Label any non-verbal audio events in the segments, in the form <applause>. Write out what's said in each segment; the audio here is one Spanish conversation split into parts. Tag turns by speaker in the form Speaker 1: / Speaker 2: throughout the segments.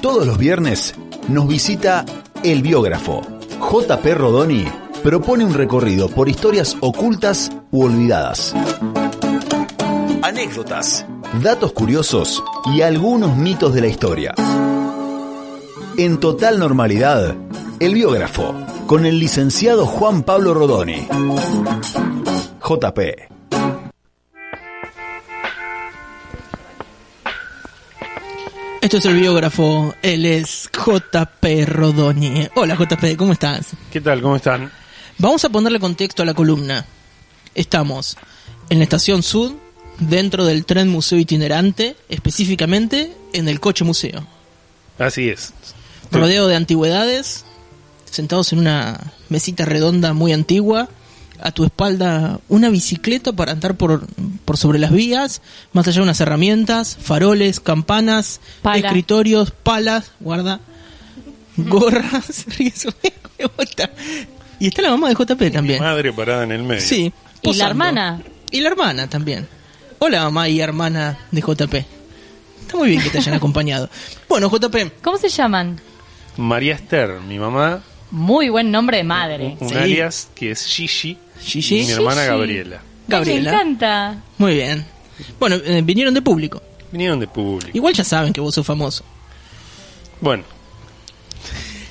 Speaker 1: Todos los viernes nos visita el biógrafo. J.P. Rodoni propone un recorrido por historias ocultas u olvidadas. Anécdotas, datos curiosos y algunos mitos de la historia. En total normalidad, el biógrafo con el licenciado Juan Pablo Rodoni. JP.
Speaker 2: Esto es el biógrafo, él es JP Rodoni. Hola JP, ¿cómo estás?
Speaker 3: ¿Qué tal? ¿Cómo están?
Speaker 2: Vamos a ponerle contexto a la columna. Estamos en la estación Sud, dentro del tren museo itinerante, específicamente en el coche museo.
Speaker 3: Así es.
Speaker 2: Rodeo de antigüedades, sentados en una mesita redonda muy antigua, a tu espalda una bicicleta para andar por, por sobre las vías, más allá unas herramientas, faroles, campanas,
Speaker 4: Pala.
Speaker 2: escritorios, palas, guarda, gorras, <laughs> ríe su- me gusta. y está la mamá de JP
Speaker 3: Mi
Speaker 2: también.
Speaker 3: madre parada en el medio.
Speaker 2: Sí.
Speaker 4: ¿Y la
Speaker 2: posando.
Speaker 4: hermana?
Speaker 2: Y la hermana también. Hola mamá y hermana de JP. Está muy bien que te
Speaker 4: <laughs>
Speaker 2: hayan acompañado. Bueno, JP,
Speaker 4: ¿Cómo se llaman?
Speaker 3: María Esther, mi mamá,
Speaker 4: Muy buen nombre de madre.
Speaker 3: un
Speaker 2: Sí.
Speaker 3: alias que es Gigi,
Speaker 2: Gigi.
Speaker 3: y mi hermana
Speaker 4: Gigi.
Speaker 3: Gabriela.
Speaker 4: Me
Speaker 2: Gabriela.
Speaker 4: encanta.
Speaker 2: Muy bien. Bueno, eh, vinieron de público.
Speaker 3: Vinieron de público.
Speaker 2: Igual ya saben que vos sos famoso.
Speaker 3: Bueno, <laughs>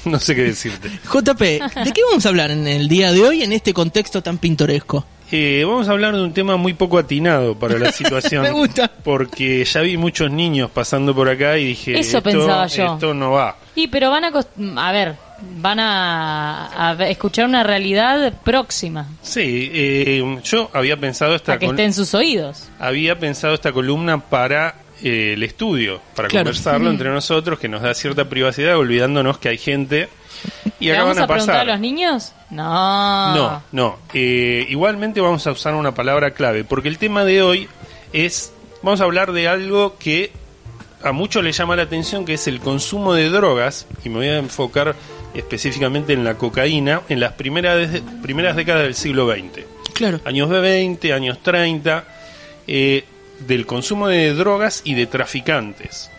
Speaker 3: no sé qué decirte.
Speaker 2: JP, ¿de qué vamos a hablar en el día de hoy en este contexto tan pintoresco?
Speaker 3: Eh, vamos a hablar de un tema muy poco atinado para
Speaker 4: <laughs>
Speaker 3: la situación.
Speaker 2: Me gusta.
Speaker 3: Porque ya vi muchos niños pasando por acá y dije,
Speaker 4: Eso
Speaker 3: esto,
Speaker 4: pensaba yo.
Speaker 3: esto no va.
Speaker 4: Y pero van a... cost- A ver, van a, a ver- escuchar una realidad próxima.
Speaker 3: Sí, eh, yo había pensado esta
Speaker 4: Para que
Speaker 3: col-
Speaker 4: esté en sus oídos.
Speaker 3: había pensado esta columna para eh, el estudio, para
Speaker 2: Claro.
Speaker 3: conversarlo entre nosotros, que nos da cierta privacidad, olvidándonos que hay gente. Y
Speaker 4: ¿Le
Speaker 3: acá
Speaker 4: vamos
Speaker 3: van
Speaker 4: a,
Speaker 3: a
Speaker 4: preguntar a
Speaker 3: pasar.
Speaker 4: los niños? No.
Speaker 3: No, no. Eh, igualmente vamos a usar una palabra clave, porque el tema de hoy es, vamos a hablar de algo que a muchos les llama la atención, que es el consumo de drogas, y me voy a enfocar específicamente en la cocaína, en las primeras, primeras décadas del siglo XX
Speaker 2: Claro.
Speaker 3: años de 20, años 30, eh, del consumo de drogas y de traficantes.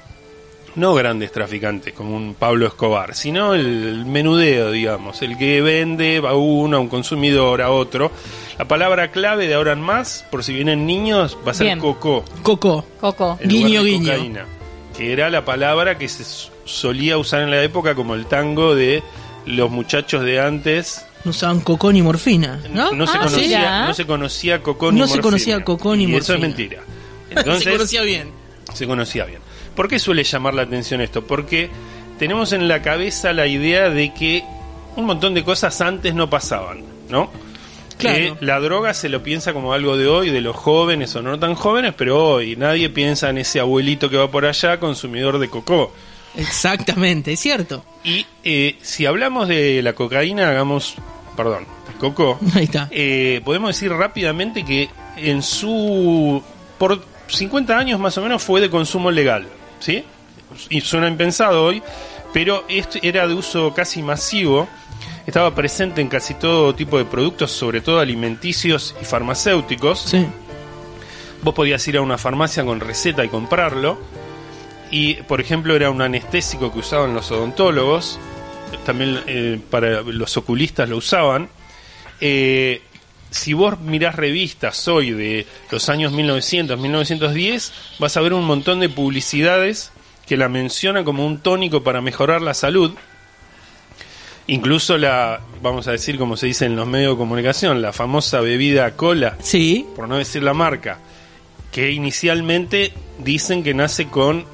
Speaker 3: No grandes traficantes como un Pablo Escobar, sino el menudeo, digamos, el que vende a uno, a un consumidor, a otro. La palabra clave de ahora en más, por si vienen niños, va a ser
Speaker 4: Bien.
Speaker 3: cocó.
Speaker 2: Coco.
Speaker 4: Coco.
Speaker 3: en lugar
Speaker 2: Guiño,
Speaker 3: de
Speaker 2: guiño.
Speaker 3: cocaína, que era la palabra que se s- solía usar en la época como el tango de los muchachos de antes
Speaker 2: No usaban cocó ni morfina, ¿no?
Speaker 3: no, se
Speaker 4: Ah,
Speaker 3: conocía,
Speaker 4: mira.
Speaker 3: no se conocía cocón ni
Speaker 2: No se
Speaker 3: morfina.
Speaker 2: conocía cocón ni
Speaker 3: Y Eso es
Speaker 2: morfina.
Speaker 3: mentira.
Speaker 2: <laughs> Se
Speaker 3: Entonces,
Speaker 2: conocía bien.
Speaker 3: se conocía bien. ¿Por qué suele llamar la atención esto? Porque tenemos en la cabeza la idea de que un montón de cosas antes no pasaban, ¿no?
Speaker 2: Claro.
Speaker 3: Que la droga se lo piensa como algo de hoy, de los jóvenes o no tan jóvenes, pero hoy nadie piensa en ese abuelito que va por allá consumidor de cocó.
Speaker 2: Exactamente, es cierto.
Speaker 3: Y eh, si hablamos de la cocaína, hagamos, perdón, cocó,
Speaker 2: Ahí está.
Speaker 3: eh, podemos decir rápidamente que en su. por 50 años más o menos fue de consumo legal, ¿sí? Y suena impensado hoy, pero esto era de uso casi masivo. Estaba presente en casi todo tipo de productos, sobre todo alimenticios y farmacéuticos.
Speaker 2: Sí.
Speaker 3: Vos podías ir a una farmacia con receta y comprarlo. Y, por ejemplo, era un anestésico que usaban los odontólogos. También eh, para los oculistas lo usaban. Eh, si vos mirás revistas hoy de los años 1900, 1910, vas a ver un montón de publicidades que la mencionan como un tónico para mejorar la salud. Incluso la, vamos a decir como se dice en los medios de comunicación, la famosa bebida cola
Speaker 2: Sí.
Speaker 3: por no decir la marca, que inicialmente dicen que nace con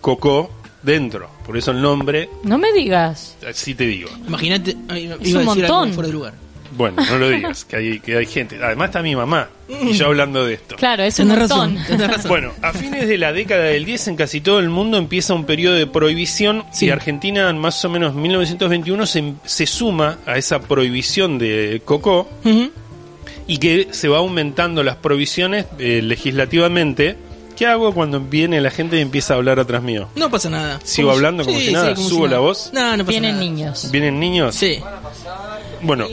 Speaker 3: cocó dentro. Por eso el nombre,
Speaker 4: No me digas.
Speaker 3: así te digo.
Speaker 2: Imagínate, ay, iba a
Speaker 4: un
Speaker 2: decir algo
Speaker 4: montón.
Speaker 2: fuera de lugar.
Speaker 3: Bueno, no lo digas, que hay, que hay gente. Además está mi mamá, y yo hablando de esto.
Speaker 4: Claro, es un
Speaker 2: Tenés
Speaker 4: montón.
Speaker 2: razón, <laughs> tenés razón.
Speaker 3: Bueno, a fines de la década del 10 en casi todo el mundo empieza un periodo de prohibición
Speaker 2: Sí.
Speaker 3: y Argentina en más o menos 1921 se, se suma a esa prohibición de cocó.
Speaker 2: Ujú.
Speaker 3: y que se va aumentando las provisiones eh, legislativamente. ¿Qué hago cuando viene la gente y empieza a hablar atrás mío?
Speaker 2: No pasa nada.
Speaker 3: ¿Sigo
Speaker 2: Como si-
Speaker 3: hablando como
Speaker 2: Sí,
Speaker 3: si nada?
Speaker 2: sí, como si
Speaker 3: ¿Subo
Speaker 2: nada.
Speaker 3: la voz?
Speaker 2: No, no pasa
Speaker 4: Vienen
Speaker 2: nada.
Speaker 4: niños.
Speaker 3: ¿Vienen niños?
Speaker 2: Sí.
Speaker 3: Bueno,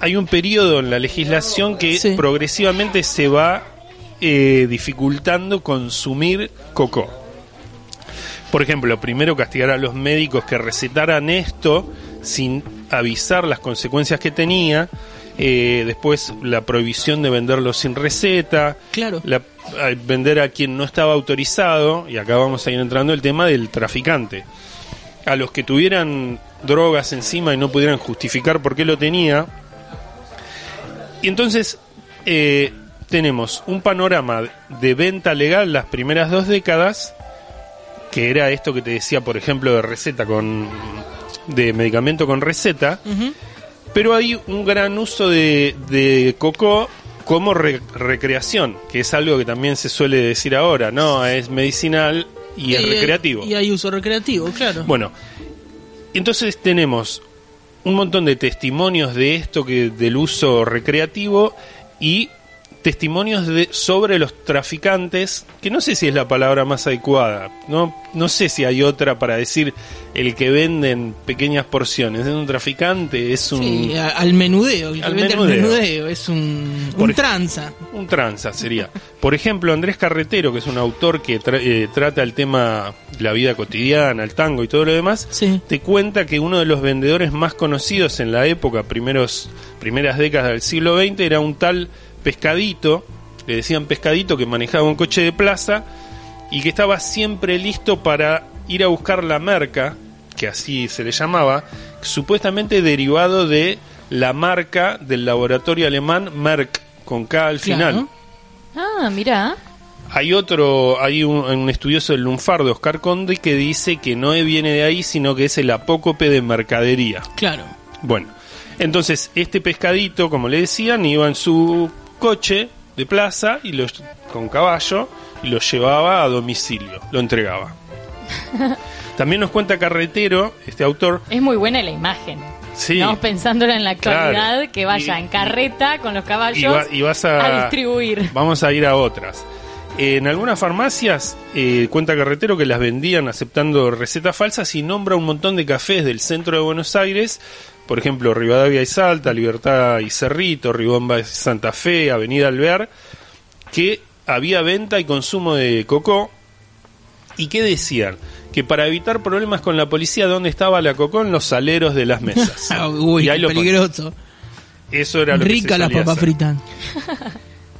Speaker 3: hay un periodo en la legislación que
Speaker 2: Sí.
Speaker 3: progresivamente se va eh, dificultando consumir cocó. Por ejemplo, primero castigar a los médicos que recetaran esto sin avisar las consecuencias que tenía. Eh, después la prohibición de venderlo sin receta.
Speaker 2: Claro.
Speaker 3: La, a vender a quien no estaba autorizado. Y acá vamos a ir entrando el tema del traficante. A los que tuvieran drogas encima y no pudieran justificar por qué lo tenía. Y entonces eh, tenemos un panorama de venta legal las primeras dos décadas, que era esto que te decía, por ejemplo, de receta con de medicamento con receta,
Speaker 2: Ujú.
Speaker 3: pero hay un gran uso de, de cocó como re- recreación, que es algo que también se suele decir ahora, ¿no? Es medicinal y es
Speaker 2: hay-
Speaker 3: recreativo.
Speaker 2: Y hay uso recreativo, claro.
Speaker 3: Bueno, entonces tenemos un montón de testimonios de esto que del uso recreativo y testimonios de sobre los traficantes, que no sé si es la palabra más adecuada. No no sé si hay otra para decir el que vende en pequeñas porciones, es un traficante, es un
Speaker 2: Sí, a- al menudeo, el que
Speaker 3: Al
Speaker 2: vende al
Speaker 3: menudeo.
Speaker 2: menudeo, es un,
Speaker 3: Por
Speaker 2: un
Speaker 3: ej-
Speaker 2: tranza.
Speaker 3: un tranza sería. Por ejemplo, Andrés Carretero, que es un autor que tra- eh, trata el tema de la vida cotidiana, el tango y todo lo demás,
Speaker 2: Sí.
Speaker 3: te cuenta que uno de los vendedores más conocidos en la época, primeros, primeras décadas del siglo XX, era un tal pescadito, le decían pescadito, que manejaba un coche de plaza y que estaba siempre listo para ir a buscar la marca, que así se le llamaba, supuestamente derivado de la marca del laboratorio alemán Merck, con K al final.
Speaker 2: Claro.
Speaker 4: Ah, mirá.
Speaker 3: Hay otro, hay un, un estudioso del lunfardo, Oscar Conde, que dice que no viene de ahí, sino que es el apócope de mercadería.
Speaker 2: Claro.
Speaker 3: Bueno, entonces este pescadito, como le decían, iba en su coche de plaza y lo, con caballo y lo llevaba a domicilio, lo entregaba. También nos cuenta Carretero, este autor,
Speaker 4: Es muy buena la imagen.
Speaker 3: Sí.
Speaker 4: Estamos pensándola en la actualidad,
Speaker 3: Claro.
Speaker 4: que vaya
Speaker 3: Y-
Speaker 4: en carreta con los caballos
Speaker 3: y, va- y vas a,
Speaker 4: a distribuir.
Speaker 3: Vamos a ir a otras. En algunas farmacias eh, cuenta Carretero que las vendían aceptando recetas falsas y nombra un montón de cafés del centro de Buenos Aires, por ejemplo Rivadavia y Salta, Libertad y Cerrito, Ribomba y Santa Fe, Avenida Alvear, que había venta y consumo de cocó. ¿Y qué decían? Que para evitar problemas con la policía, ¿dónde estaba la cocó? En los saleros de las mesas.
Speaker 2: <laughs> Uy,
Speaker 3: Ah, Y ahí
Speaker 2: qué
Speaker 3: lo ponen.
Speaker 2: peligroso.
Speaker 3: Eso era lo que
Speaker 2: Rica
Speaker 3: se
Speaker 2: las
Speaker 3: solía
Speaker 2: papas
Speaker 3: hacer
Speaker 2: fritas.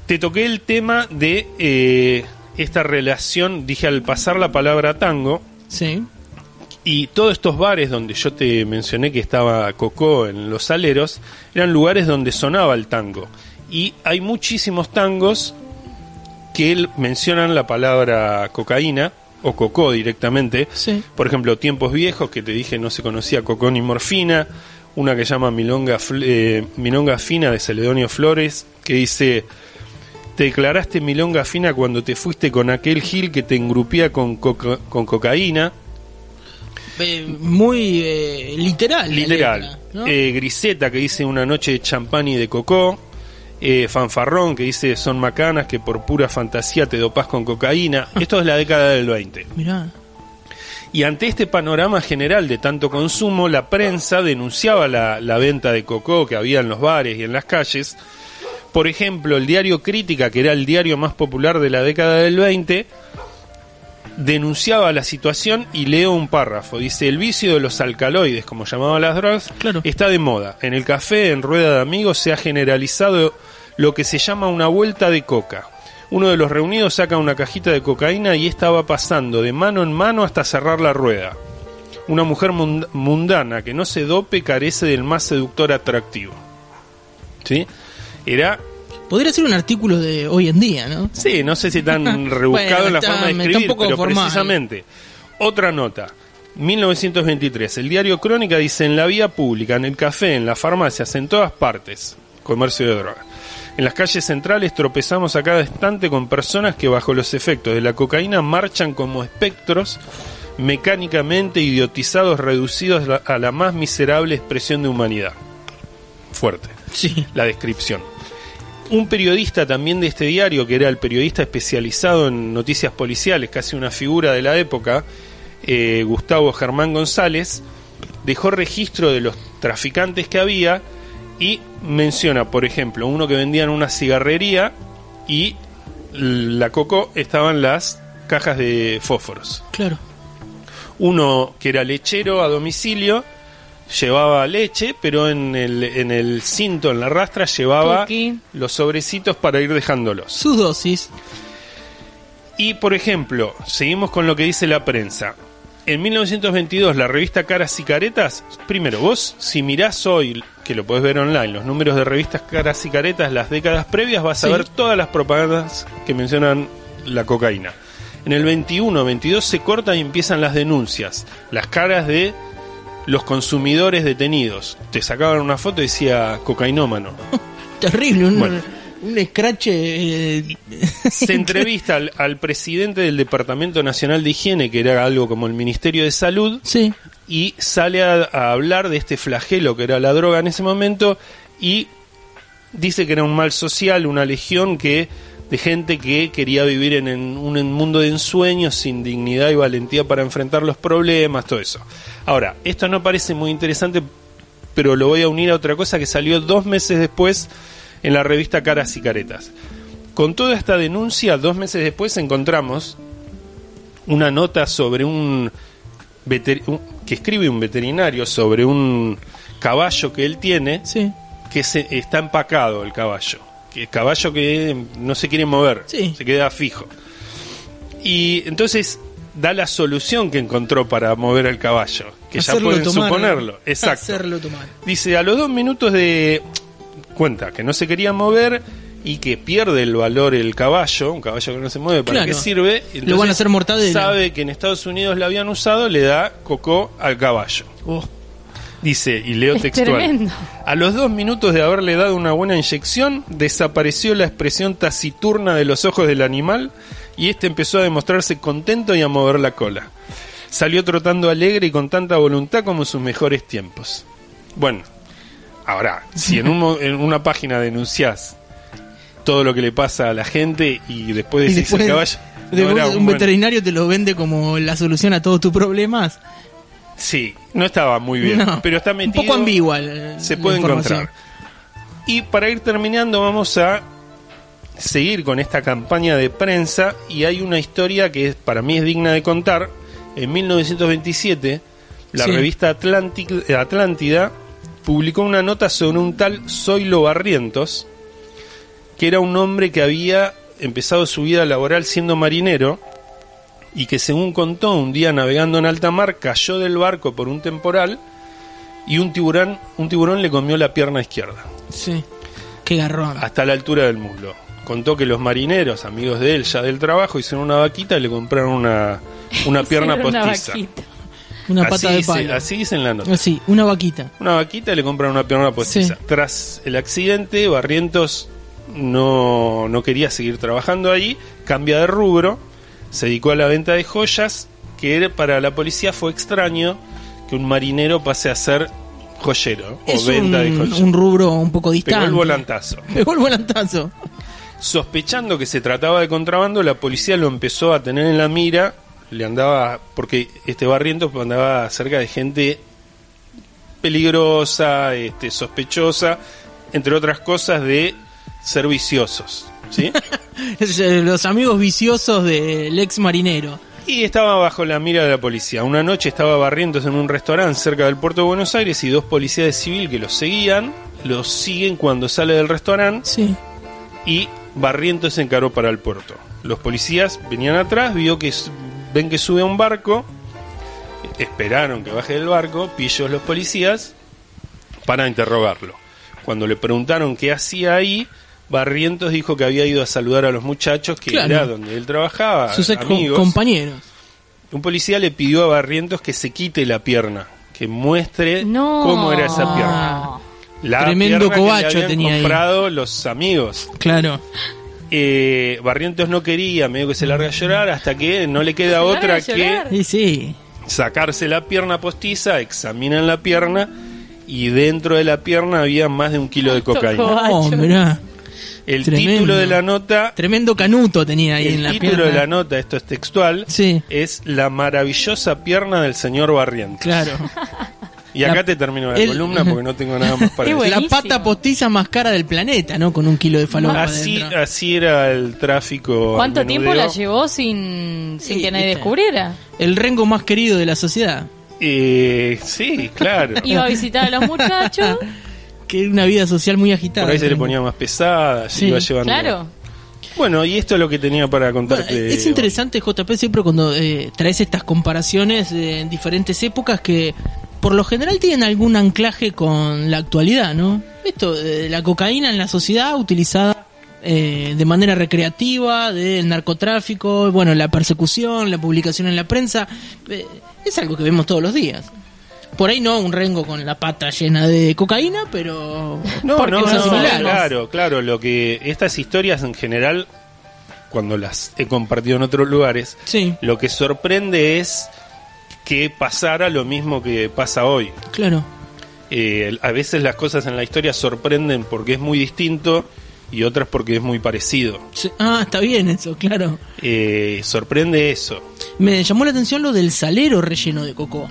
Speaker 3: te toqué el tema de eh, esta relación, dije al pasar la palabra tango,
Speaker 2: Sí.
Speaker 3: y todos estos bares donde yo te mencioné que estaba Cocó en los aleros, eran lugares donde sonaba el tango. Y hay muchísimos tangos que él- mencionan la palabra cocaína o cocó directamente.
Speaker 2: Sí.
Speaker 3: Por ejemplo, Tiempos Viejos, que te dije no se conocía cocó ni morfina. Una que llama Milonga, Fl- eh, Milonga Fina de Celedonio Flores, que dice... Te declaraste milonga fina cuando te fuiste con aquel gil que te engrupía con, coca- con cocaína.
Speaker 2: Eh, muy eh, literal. la
Speaker 3: Literal.
Speaker 2: letra, ¿no?
Speaker 3: Eh, Griseta que dice una noche de champán y de cocó. Eh, Fanfarrón que dice son macanas que por pura fantasía te dopás con cocaína. Esto es la década del 20.
Speaker 2: Mirá.
Speaker 3: Y ante este panorama general de tanto consumo, la prensa denunciaba la, la venta de cocó que había en los bares y en las calles. Por ejemplo, el diario Crítica, que era el diario más popular de la década del 20, denunciaba la situación y leo un párrafo. Dice, el vicio de los alcaloides, como llamaban las drogas,
Speaker 2: Claro.
Speaker 3: está de moda. En el café, en rueda de amigos, se ha generalizado lo que se llama una vuelta de coca. Uno de los reunidos saca una cajita de cocaína y esta va pasando de mano en mano hasta cerrar la rueda. Una mujer mund- mundana que no se dope carece del más seductor atractivo. ¿Sí? Era
Speaker 2: Podría ser un artículo de hoy en día, ¿no?
Speaker 3: Sí, no sé
Speaker 2: <laughs>
Speaker 3: si tan rebuscado
Speaker 2: Bueno,
Speaker 3: en la
Speaker 2: está-
Speaker 3: forma de
Speaker 2: está
Speaker 3: escribir,
Speaker 2: un poco
Speaker 3: pero
Speaker 2: formal.
Speaker 3: precisamente. Otra nota. 1923. El diario Crónica dice en la vía pública, en el café, en las farmacias, en todas partes, comercio de drogas. En las calles centrales tropezamos a cada instante con personas que bajo los efectos de la cocaína marchan como espectros mecánicamente idiotizados, reducidos la- a la más miserable expresión de humanidad. Fuerte
Speaker 2: Sí.
Speaker 3: <laughs> la descripción. Un periodista también de este diario, que era el periodista especializado en noticias policiales, casi una figura de la época, eh, Gustavo Germán González, dejó registro de los traficantes que había y menciona, por ejemplo, uno que vendía en una cigarrería y la coco estaban las cajas de fósforos.
Speaker 2: Claro.
Speaker 3: uno que era lechero a domicilio, llevaba leche, pero en el, en el cinto, en la rastra, llevaba
Speaker 4: Tuki.
Speaker 3: los sobrecitos para ir dejándolos.
Speaker 2: Sus dosis.
Speaker 3: Y por ejemplo, seguimos con lo que dice la prensa. En 1922, la revista Caras y Caretas, primero vos, si mirás hoy, que lo podés ver online, los números de revistas Caras y Caretas las décadas previas, vas
Speaker 2: Sí.
Speaker 3: a ver todas las propagandas que mencionan la cocaína. En el 21, 22 se corta y empiezan las denuncias, las caras de los consumidores detenidos. Te sacaban una foto y decía cocainómano.
Speaker 2: Terrible, un,
Speaker 3: Bueno.
Speaker 2: un scratch. eh,
Speaker 3: se entrevista al, al presidente del Departamento Nacional de Higiene, que era algo como el Ministerio de Salud,
Speaker 2: <laughs> sí.
Speaker 3: y sale a, a hablar de este flagelo que era la droga en ese momento y dice que era un mal social, una legión que de gente que quería vivir en, en un en- mundo de ensueños sin dignidad y valentía para enfrentar los problemas, todo eso. Ahora, esto no parece muy interesante, pero lo voy a unir a otra cosa que salió dos meses después en la revista Caras y Caretas. Con toda esta denuncia, dos meses después encontramos una nota sobre un, veter- un- que escribe un veterinario sobre un caballo que él tiene
Speaker 2: Sí.
Speaker 3: que se, está empacado el caballo. Que el caballo que no se quiere mover,
Speaker 2: Sí.
Speaker 3: se queda fijo. Y entonces da la solución que encontró para mover al caballo, que ya pueden suponerlo. Exacto.
Speaker 2: Hacerlo tomar.
Speaker 3: Dice, a los dos minutos de cuenta que no se quería mover y que pierde el valor el caballo, un caballo que no se mueve, ¿para
Speaker 2: Claro.
Speaker 3: qué sirve? Entonces,
Speaker 2: van a hacer mortadela.
Speaker 3: Sabe que en Estados Unidos la habían usado, le da cocó al caballo.
Speaker 2: Oh,
Speaker 3: Dice, y leo
Speaker 4: Es
Speaker 3: textual.
Speaker 4: tremendo.
Speaker 3: A los dos minutos de haberle dado una buena inyección, desapareció la expresión taciturna de los ojos del animal y este empezó a demostrarse contento y a mover la cola. Salió trotando alegre y con tanta voluntad como en sus mejores tiempos. Bueno, ahora, si en, un mo- en una página denunciás todo lo que le pasa a la gente y después
Speaker 2: Y
Speaker 3: decís
Speaker 2: después,
Speaker 3: el caballo. no
Speaker 2: después
Speaker 3: era
Speaker 2: un
Speaker 3: buen-
Speaker 2: veterinario te lo vende como la solución a todos tus problemas.
Speaker 3: Sí, no estaba muy bien,
Speaker 2: No.
Speaker 3: pero está
Speaker 2: Un
Speaker 3: metido.
Speaker 2: poco ambigua. la-
Speaker 3: se
Speaker 2: la
Speaker 3: puede
Speaker 2: información.
Speaker 3: encontrar. Y para ir terminando, vamos a seguir con esta campaña de prensa. Y hay una historia que es- para mí es digna de contar. En 1927, la
Speaker 2: Sí.
Speaker 3: revista Atlantic- eh, Atlántida publicó una nota sobre un tal Zoilo Barrientos, que era un hombre que había empezado su vida laboral siendo marinero y que según contó un día navegando en alta mar cayó del barco por un temporal y un tiburón, un tiburón le comió la pierna izquierda
Speaker 2: Sí. Qué garrón.
Speaker 3: hasta la altura del muslo. Contó que los marineros, amigos de él, ya del trabajo, hicieron una vaquita y le compraron una,
Speaker 2: <laughs>
Speaker 4: <laughs>
Speaker 3: una pierna
Speaker 4: Era una
Speaker 3: postiza.
Speaker 4: vaquita.
Speaker 2: Una
Speaker 3: así,
Speaker 2: pata de
Speaker 3: dice-
Speaker 2: palo.
Speaker 3: así dice en la nota.
Speaker 2: Así, una vaquita.
Speaker 3: Una vaquita y le compraron una pierna postiza.
Speaker 2: Sí.
Speaker 3: Tras el accidente, Barrientos no, no quería seguir trabajando allí, cambia de rubro, se dedicó a la venta de joyas, que era- para la policía fue extraño que un marinero pase a ser joyero o
Speaker 2: es un,
Speaker 3: venta de joyas.
Speaker 2: un rubro un poco distante.
Speaker 3: Pegó
Speaker 2: <laughs>
Speaker 3: el volantazo.
Speaker 2: Pegó el volantazo.
Speaker 3: Sospechando que se trataba de contrabando, la policía lo empezó a tener en la mira. Le andaba, porque este Barrientos andaba cerca de gente peligrosa, este, sospechosa, entre otras cosas de ser viciosos. ¿sí?
Speaker 2: eh, Los amigos viciosos del ex marinero.
Speaker 3: Y estaba bajo la mira de la policía. Una noche estaba Barrientos en un restaurante cerca del puerto de Buenos Aires y dos policías de civil que lo seguían, lo siguen cuando sale del restaurante
Speaker 2: Sí.
Speaker 3: y Barrientos se encaró para el puerto. Los policías venían atrás, vio que s- ven que sube un barco, esperaron que baje del barco, pillos los policías para interrogarlo. Cuando le preguntaron qué hacía ahí, Barrientos dijo que había ido a saludar a los muchachos que
Speaker 2: Claro.
Speaker 3: era donde él trabajaba,
Speaker 2: Sus ex
Speaker 3: Ah, amigos.
Speaker 2: compañeros.
Speaker 3: Un policía le pidió a Barrientos que se quite la pierna, que muestre
Speaker 4: No.
Speaker 3: cómo era
Speaker 2: Ah.
Speaker 3: esa pierna. La
Speaker 2: Tremendo
Speaker 3: pierna que le
Speaker 2: cobacho
Speaker 3: habían
Speaker 2: tenía ahí.
Speaker 3: comprado los amigos.
Speaker 2: Claro.
Speaker 3: Eh, Barrientos no quería, medio que se larga a llorar, hasta que no le queda
Speaker 4: Se larga a
Speaker 3: otra que
Speaker 4: llorar.
Speaker 2: Y sí.
Speaker 3: sacarse la pierna postiza, examinan la pierna y dentro de la pierna había más de un kilo de cocaína.
Speaker 4: Guacho.
Speaker 2: Oh, mirá.
Speaker 3: El
Speaker 2: Tremendo.
Speaker 3: título de la nota,
Speaker 2: Tremendo canuto tenía ahí en
Speaker 3: el
Speaker 2: la
Speaker 3: título
Speaker 2: pierna.
Speaker 3: de la nota, esto es textual,
Speaker 2: Sí.
Speaker 3: es La maravillosa pierna del señor Barrientos.
Speaker 2: Claro.
Speaker 3: Y acá te termino la
Speaker 2: el-
Speaker 3: columna porque no tengo nada <laughs>
Speaker 4: <laughs>
Speaker 3: más para
Speaker 4: Qué
Speaker 3: decir.
Speaker 2: La
Speaker 4: Buenísimo.
Speaker 2: pata postiza más cara del planeta, ¿no? Con un kilo de falopa
Speaker 3: Así,
Speaker 2: adentro.
Speaker 3: así era el tráfico. al
Speaker 4: ¿Cuánto tiempo la
Speaker 3: menudeo.
Speaker 4: llevó sin, sin
Speaker 2: Sí,
Speaker 4: que nadie
Speaker 2: viste.
Speaker 4: descubriera?
Speaker 2: El rengo más querido de la sociedad.
Speaker 3: Eh, sí, claro.
Speaker 4: <laughs> Iba a visitar
Speaker 2: <laughs>
Speaker 4: a los muchachos.
Speaker 2: Que era una vida social muy agitada.
Speaker 3: Por ahí se
Speaker 2: el
Speaker 3: le
Speaker 2: rengo.
Speaker 3: ponía más pesada, se
Speaker 2: Sí.
Speaker 3: iba llevando.
Speaker 4: claro.
Speaker 3: Bueno, y esto es lo que tenía para
Speaker 2: Bueno,
Speaker 3: contarte.
Speaker 2: es interesante, JP, siempre cuando eh, traes estas comparaciones eh, en diferentes épocas que por lo general tienen algún anclaje con la actualidad, ¿no? Esto, eh, la cocaína en la sociedad utilizada eh, de manera recreativa, del narcotráfico, bueno, la persecución, la publicación en la prensa, eh, es algo que vemos todos los días. Por ahí no un rengo con la pata llena de cocaína, pero...
Speaker 3: No,
Speaker 2: porque
Speaker 3: no,
Speaker 2: nos
Speaker 3: no,
Speaker 2: asimilamos.
Speaker 3: claro, claro. Lo que estas historias en general, cuando las he compartido en otros lugares,
Speaker 2: Sí,
Speaker 3: lo que sorprende es que pasara lo mismo que pasa hoy.
Speaker 2: claro.
Speaker 3: Eh, el- a veces las cosas en la historia sorprenden porque es muy distinto y otras porque es muy parecido.
Speaker 2: Sí. Ah, está bien eso, claro.
Speaker 3: Eh, sorprende eso.
Speaker 2: Me llamó la atención lo del salero relleno de coco.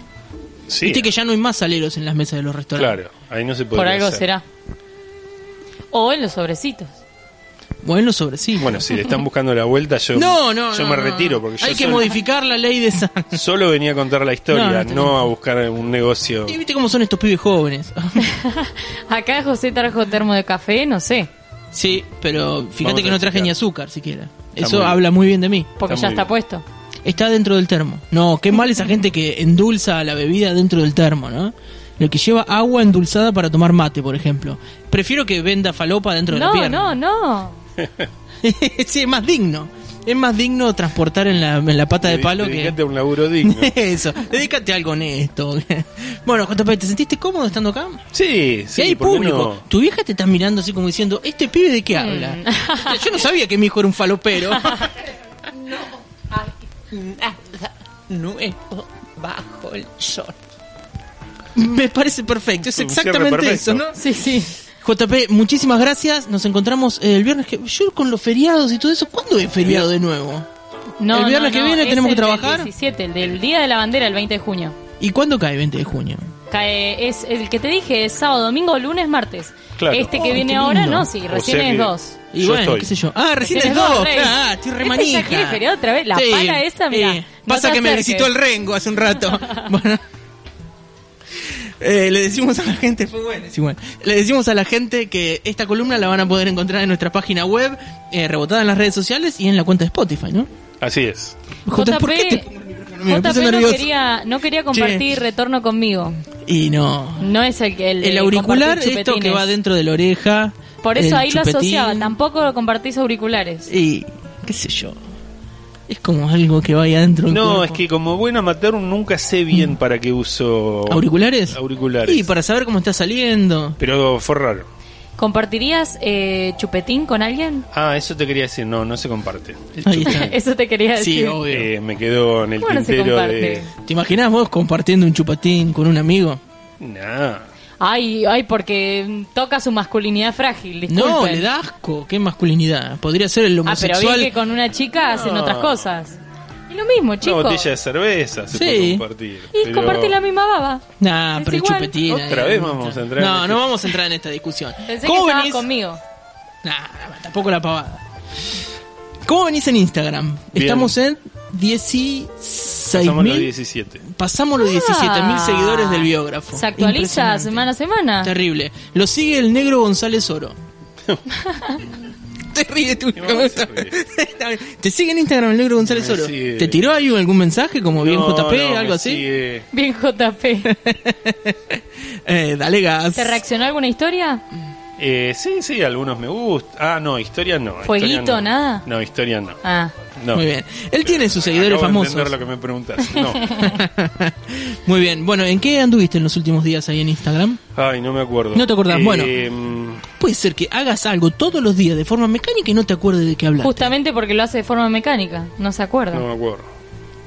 Speaker 3: Sí,
Speaker 2: Viste que ya no hay más saleros en las mesas de los restaurantes.
Speaker 3: claro, ahí no se puede.
Speaker 4: Por algo
Speaker 3: hacer.
Speaker 4: será. O en los sobrecitos.
Speaker 2: Bueno, sobre sí.
Speaker 3: Bueno, si le están buscando la vuelta, yo,
Speaker 2: no, no,
Speaker 3: yo
Speaker 2: no,
Speaker 3: me
Speaker 2: no,
Speaker 3: retiro
Speaker 2: no.
Speaker 3: porque
Speaker 2: Hay
Speaker 3: yo
Speaker 2: que
Speaker 3: solo,
Speaker 2: modificar la ley de
Speaker 3: <laughs>
Speaker 2: San.
Speaker 3: solo venía a contar la
Speaker 2: No,
Speaker 3: historia,
Speaker 2: no,
Speaker 3: no, a buscar un negocio.
Speaker 2: Y viste cómo son estos pibes
Speaker 3: <laughs>
Speaker 2: jóvenes.
Speaker 4: Acá José trajo termo de café, no sé,
Speaker 2: sí, pero
Speaker 3: Vamos
Speaker 2: fíjate
Speaker 3: a
Speaker 2: que no traje
Speaker 3: checar.
Speaker 2: ni azúcar siquiera.
Speaker 3: Está
Speaker 2: Eso
Speaker 3: muy bien.
Speaker 2: habla muy bien de mí.
Speaker 4: porque
Speaker 3: Está
Speaker 4: ya
Speaker 3: muy
Speaker 4: está
Speaker 3: bien.
Speaker 4: puesto.
Speaker 2: Está dentro del termo. No, qué mal esa gente que endulza la bebida dentro del termo, ¿no? Lo que lleva agua endulzada para tomar mate, por ejemplo. Prefiero que venda falopa dentro de la
Speaker 4: No,
Speaker 2: pierna.
Speaker 4: no, no.
Speaker 2: <laughs> sí, es más digno. Es más digno transportar en la, en la pata de
Speaker 3: Ded-
Speaker 2: palo que.
Speaker 3: dedicate a un
Speaker 2: <laughs>
Speaker 3: laburo digno.
Speaker 2: Eso, dedícate a algo honesto. <laughs> bueno, JP, ¿te sentiste cómodo estando acá?
Speaker 3: sí, sí,
Speaker 2: si hay
Speaker 3: ¿por qué
Speaker 2: público,
Speaker 3: no?
Speaker 2: tu vieja te está mirando así como diciendo, ¿este pibe de qué habla? Yo no sabía que mi hijo era un falopero. no. Nuevo bajo el sol. Me parece perfecto, es
Speaker 3: Un cierre
Speaker 2: exactamente
Speaker 3: perfecto.
Speaker 2: eso, ¿no?
Speaker 4: Sí, sí.
Speaker 2: JP, muchísimas gracias. Nos encontramos eh, el viernes que. Yo con los feriados y todo eso, ¿cuándo es feriado de nuevo?
Speaker 4: No,
Speaker 2: El viernes
Speaker 4: no,
Speaker 2: que
Speaker 4: no,
Speaker 2: viene
Speaker 4: es
Speaker 2: tenemos
Speaker 4: el
Speaker 2: que
Speaker 4: del
Speaker 2: trabajar.
Speaker 4: 17, el del Día de la Bandera, el 20 de junio.
Speaker 2: ¿Y cuándo cae 20 de junio?
Speaker 4: Cae, es el que te dije, es sábado, domingo, lunes, martes.
Speaker 3: Claro.
Speaker 4: Este que
Speaker 2: Oh,
Speaker 4: viene
Speaker 2: qué
Speaker 4: ahora,
Speaker 2: lindo.
Speaker 4: no, sí,
Speaker 3: O
Speaker 4: recién
Speaker 3: sea
Speaker 4: es
Speaker 3: que-
Speaker 4: dos.
Speaker 2: Y
Speaker 3: Yo
Speaker 2: bueno,
Speaker 3: estoy.
Speaker 2: qué sé yo. Ah, recién
Speaker 4: Recién
Speaker 2: es
Speaker 4: Este es
Speaker 2: dos,
Speaker 4: dos, Rey.
Speaker 2: claro, estoy
Speaker 4: Este ya
Speaker 2: remanija.
Speaker 4: quiere feriado otra vez, la pala esa, mirá, no te
Speaker 2: pasa que me
Speaker 4: acerques.
Speaker 2: visitó el rengo hace un
Speaker 4: <laughs>
Speaker 2: rato. bueno. Eh, le decimos a la gente, fue bueno, es igual. Le decimos a la gente que esta columna la van a poder encontrar en nuestra página web, eh, rebotada en las redes sociales y en la cuenta de Spotify, ¿no?
Speaker 3: Así es.
Speaker 2: Jota, ¿por qué
Speaker 4: JP
Speaker 2: te pongo el micrófono? Me puse
Speaker 4: no
Speaker 2: nervioso.
Speaker 4: quería, no quería compartir retorno conmigo.
Speaker 2: Y no.
Speaker 4: No es el que el,
Speaker 2: El
Speaker 4: de
Speaker 2: auricular,
Speaker 4: compartir
Speaker 2: esto que
Speaker 4: chupetines.
Speaker 2: va dentro de la oreja.
Speaker 4: Por eso
Speaker 2: el
Speaker 4: ahí lo
Speaker 2: chupetín. Eh.
Speaker 4: asociaba, tampoco compartís auriculares.
Speaker 2: Y qué sé yo. Es como algo que vaya adentro del
Speaker 3: No,
Speaker 2: cuerpo.
Speaker 3: es que como buen amateur nunca sé bien para qué uso
Speaker 2: Mm. ¿Auriculares?
Speaker 3: Auriculares.
Speaker 2: Y para saber cómo está saliendo.
Speaker 3: Pero fue raro.
Speaker 4: ¿Compartirías eh, chupetín con alguien?
Speaker 3: Ah, eso te quería decir, no, no se comparte.
Speaker 2: Ahí está.
Speaker 4: Eso te quería <laughs>
Speaker 2: Sí,
Speaker 4: decir.
Speaker 2: obvio.
Speaker 3: Eh, me quedo en el
Speaker 4: ¿Cómo no se
Speaker 3: tintero
Speaker 4: comparte?
Speaker 3: de...
Speaker 2: ¿Te imaginas vos compartiendo un chupatín con un amigo?
Speaker 3: Nah.
Speaker 4: Ay, ay, porque toca su masculinidad frágil. Disculpen.
Speaker 2: No, le da asco. Qué masculinidad. Podría ser el
Speaker 4: Ah, pero bien
Speaker 2: homosexual.
Speaker 4: que con una chica hacen
Speaker 3: No.
Speaker 4: otras cosas. Y lo mismo,
Speaker 3: Una
Speaker 4: chicos.
Speaker 3: botella de cerveza se
Speaker 2: Sí.
Speaker 3: puede compartir.
Speaker 4: y
Speaker 3: pero-
Speaker 4: compartí la misma baba.
Speaker 2: Nah,
Speaker 4: Es
Speaker 2: pero el
Speaker 4: igual.
Speaker 2: chupetín.
Speaker 3: Otra
Speaker 2: ahí,
Speaker 3: vez
Speaker 2: no,
Speaker 3: vamos a entrar en
Speaker 2: No,
Speaker 3: este-
Speaker 2: no vamos a entrar en esta discusión.
Speaker 4: Pensé que
Speaker 2: ¿Cómo
Speaker 4: estabas
Speaker 2: venís?
Speaker 4: conmigo.
Speaker 2: Nah, tampoco la pavada. ¿Cómo venís en Instagram?
Speaker 3: Bien.
Speaker 2: Estamos en
Speaker 3: Pasamos los
Speaker 2: 16.000.
Speaker 3: 17.
Speaker 2: Pasamos los 17.000 seguidores del biógrafo.
Speaker 4: Ah. Se actualiza
Speaker 2: Impresionante.
Speaker 4: semana a semana.
Speaker 2: Terrible. Lo sigue el negro González
Speaker 3: <laughs>
Speaker 2: Oro. Te ríes tú.
Speaker 3: Mi mamá se ríe.
Speaker 2: Está bien. <laughs> Te sigue en Instagram el negro González
Speaker 3: Me
Speaker 2: Oro.
Speaker 3: sigue.
Speaker 2: ¿Te tiró ahí algún mensaje como bien
Speaker 3: No,
Speaker 2: JP,
Speaker 3: no,
Speaker 2: algo
Speaker 3: me
Speaker 2: así?
Speaker 3: sigue.
Speaker 4: Bien, JP.
Speaker 2: <laughs> Eh, dale gas.
Speaker 4: ¿Te reaccionó alguna historia?
Speaker 3: Eh, sí, sí, algunos me gustan. Ah, no, historia no. historia
Speaker 4: ¿Fueguito,
Speaker 3: no.
Speaker 4: nada?
Speaker 3: No, historia no.
Speaker 4: Ah,
Speaker 3: No.
Speaker 2: Muy bien. Él tiene sus seguidores
Speaker 3: Acabo de
Speaker 2: famosos.
Speaker 3: entender lo que me preguntas. No.
Speaker 2: <laughs> Muy bien. Bueno, ¿en qué anduviste en los últimos días ahí en Instagram?
Speaker 3: Ay, no me acuerdo.
Speaker 2: No te acordás, bueno.
Speaker 3: mm,
Speaker 2: Puede ser que hagas algo todos los días de forma mecánica y no te acuerdes de qué hablar.
Speaker 4: justamente porque lo hace de forma mecánica. No se acuerda.
Speaker 3: No me acuerdo.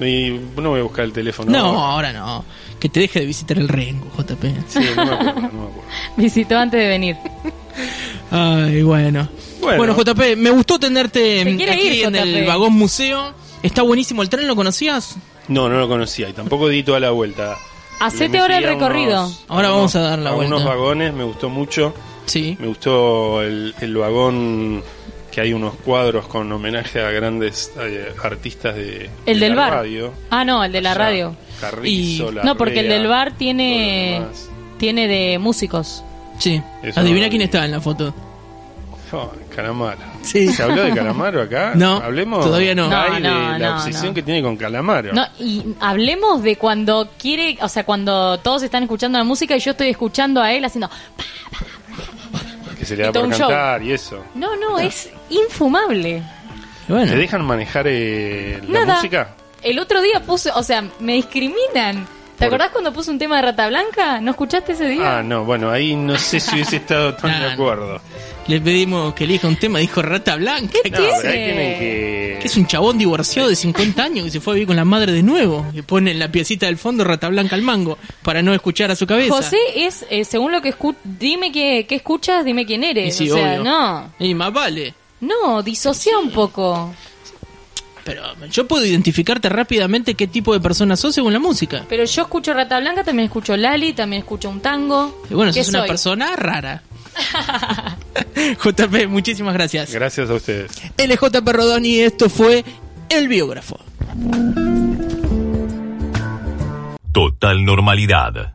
Speaker 3: Y no voy a buscar el teléfono.
Speaker 2: No, ahora no. Que te deje de visitar el rengo, JP.
Speaker 3: Sí, no me acuerdo, no me acuerdo.
Speaker 4: Visitó antes de venir.
Speaker 2: Ay, bueno. bueno.
Speaker 3: Bueno.
Speaker 2: JP, me gustó tenerte
Speaker 4: Se
Speaker 2: mm,
Speaker 4: quiere
Speaker 2: aquí
Speaker 4: ir,
Speaker 2: en el
Speaker 4: JP.
Speaker 2: vagón museo. Está buenísimo el tren, ¿lo conocías?
Speaker 3: No, no lo conocía y tampoco di toda la vuelta. Me metí
Speaker 4: Hacete ahora el
Speaker 3: a unos-
Speaker 4: recorrido.
Speaker 2: Ahora
Speaker 3: a
Speaker 2: vamos
Speaker 3: unos-
Speaker 2: a dar la
Speaker 3: a unos
Speaker 2: vuelta.
Speaker 3: vagones, me gustó mucho.
Speaker 2: Sí.
Speaker 3: Me gustó el, el vagón que hay unos cuadros con homenaje a grandes eh, artistas de
Speaker 4: El
Speaker 3: de
Speaker 4: del
Speaker 3: la
Speaker 4: bar.
Speaker 3: radio.
Speaker 4: Ah, no, el de la
Speaker 3: Ya,
Speaker 4: radio.
Speaker 3: Carrizo,
Speaker 2: Y-
Speaker 3: Larrea,
Speaker 4: No, porque el del bar
Speaker 3: todo
Speaker 4: tiene
Speaker 3: lo demás.
Speaker 4: tiene de músicos.
Speaker 2: Sí.
Speaker 3: Eso
Speaker 2: Adivina
Speaker 3: no-
Speaker 2: quién está en la foto.
Speaker 3: Oh, Calamaro.
Speaker 2: Sí.
Speaker 3: ¿Se habló de Calamaro acá?
Speaker 2: <laughs> No,
Speaker 3: Hablemos
Speaker 2: todavía no.
Speaker 3: Ay,
Speaker 4: No, no,
Speaker 3: de la
Speaker 4: no,
Speaker 3: obsesión
Speaker 4: no.
Speaker 3: que tiene con Calamaro.
Speaker 4: No, y hablemos de cuando quiere, o sea, cuando todos están escuchando la música y yo estoy escuchando a él haciendo.
Speaker 3: Que se le da
Speaker 4: y todo
Speaker 3: por
Speaker 4: un show.
Speaker 3: cantar y eso.
Speaker 4: No, no, es infumable.
Speaker 2: Y bueno.
Speaker 3: ¿Te dejan manejar eh, la
Speaker 4: Nada.
Speaker 3: música?
Speaker 4: El otro día puse, o sea, me discriminan. ¿Te
Speaker 3: Por-
Speaker 4: acordás cuando puse un tema de Rata Blanca? ¿No escuchaste ese día?
Speaker 3: Ah, no, bueno, ahí no sé si hubiese estado
Speaker 4: <laughs>
Speaker 3: tan de
Speaker 2: Nah.
Speaker 3: acuerdo.
Speaker 2: Le pedimos que elija un tema, dijo Rata Blanca.
Speaker 4: ¿Qué
Speaker 3: No,
Speaker 4: tiene?
Speaker 3: pero ahí tienen que...
Speaker 2: Que es un chabón divorciado de 50 años que se fue a vivir con la madre de nuevo. Le ponen la piecita del fondo Rata Blanca al mango para no escuchar a su cabeza.
Speaker 4: José es, eh, según lo que escuchas, dime qué, qué escuchas, dime quién
Speaker 2: Y
Speaker 4: eres.
Speaker 2: sí,
Speaker 4: o sea,
Speaker 2: obvio.
Speaker 4: no.
Speaker 2: Y más vale.
Speaker 4: No, disocia un poco.
Speaker 2: Pero yo puedo identificarte rápidamente qué tipo de persona sos según la música.
Speaker 4: Pero yo escucho Rata Blanca, también escucho Lali, también escucho un tango.
Speaker 2: Y bueno,
Speaker 4: ¿Qué
Speaker 2: sos una
Speaker 4: soy?
Speaker 2: persona
Speaker 4: <laughs>
Speaker 2: rara. <laughs> JP, muchísimas gracias.
Speaker 3: Gracias a ustedes.
Speaker 2: LJP Rodón y esto fue El Biógrafo.
Speaker 5: Total normalidad.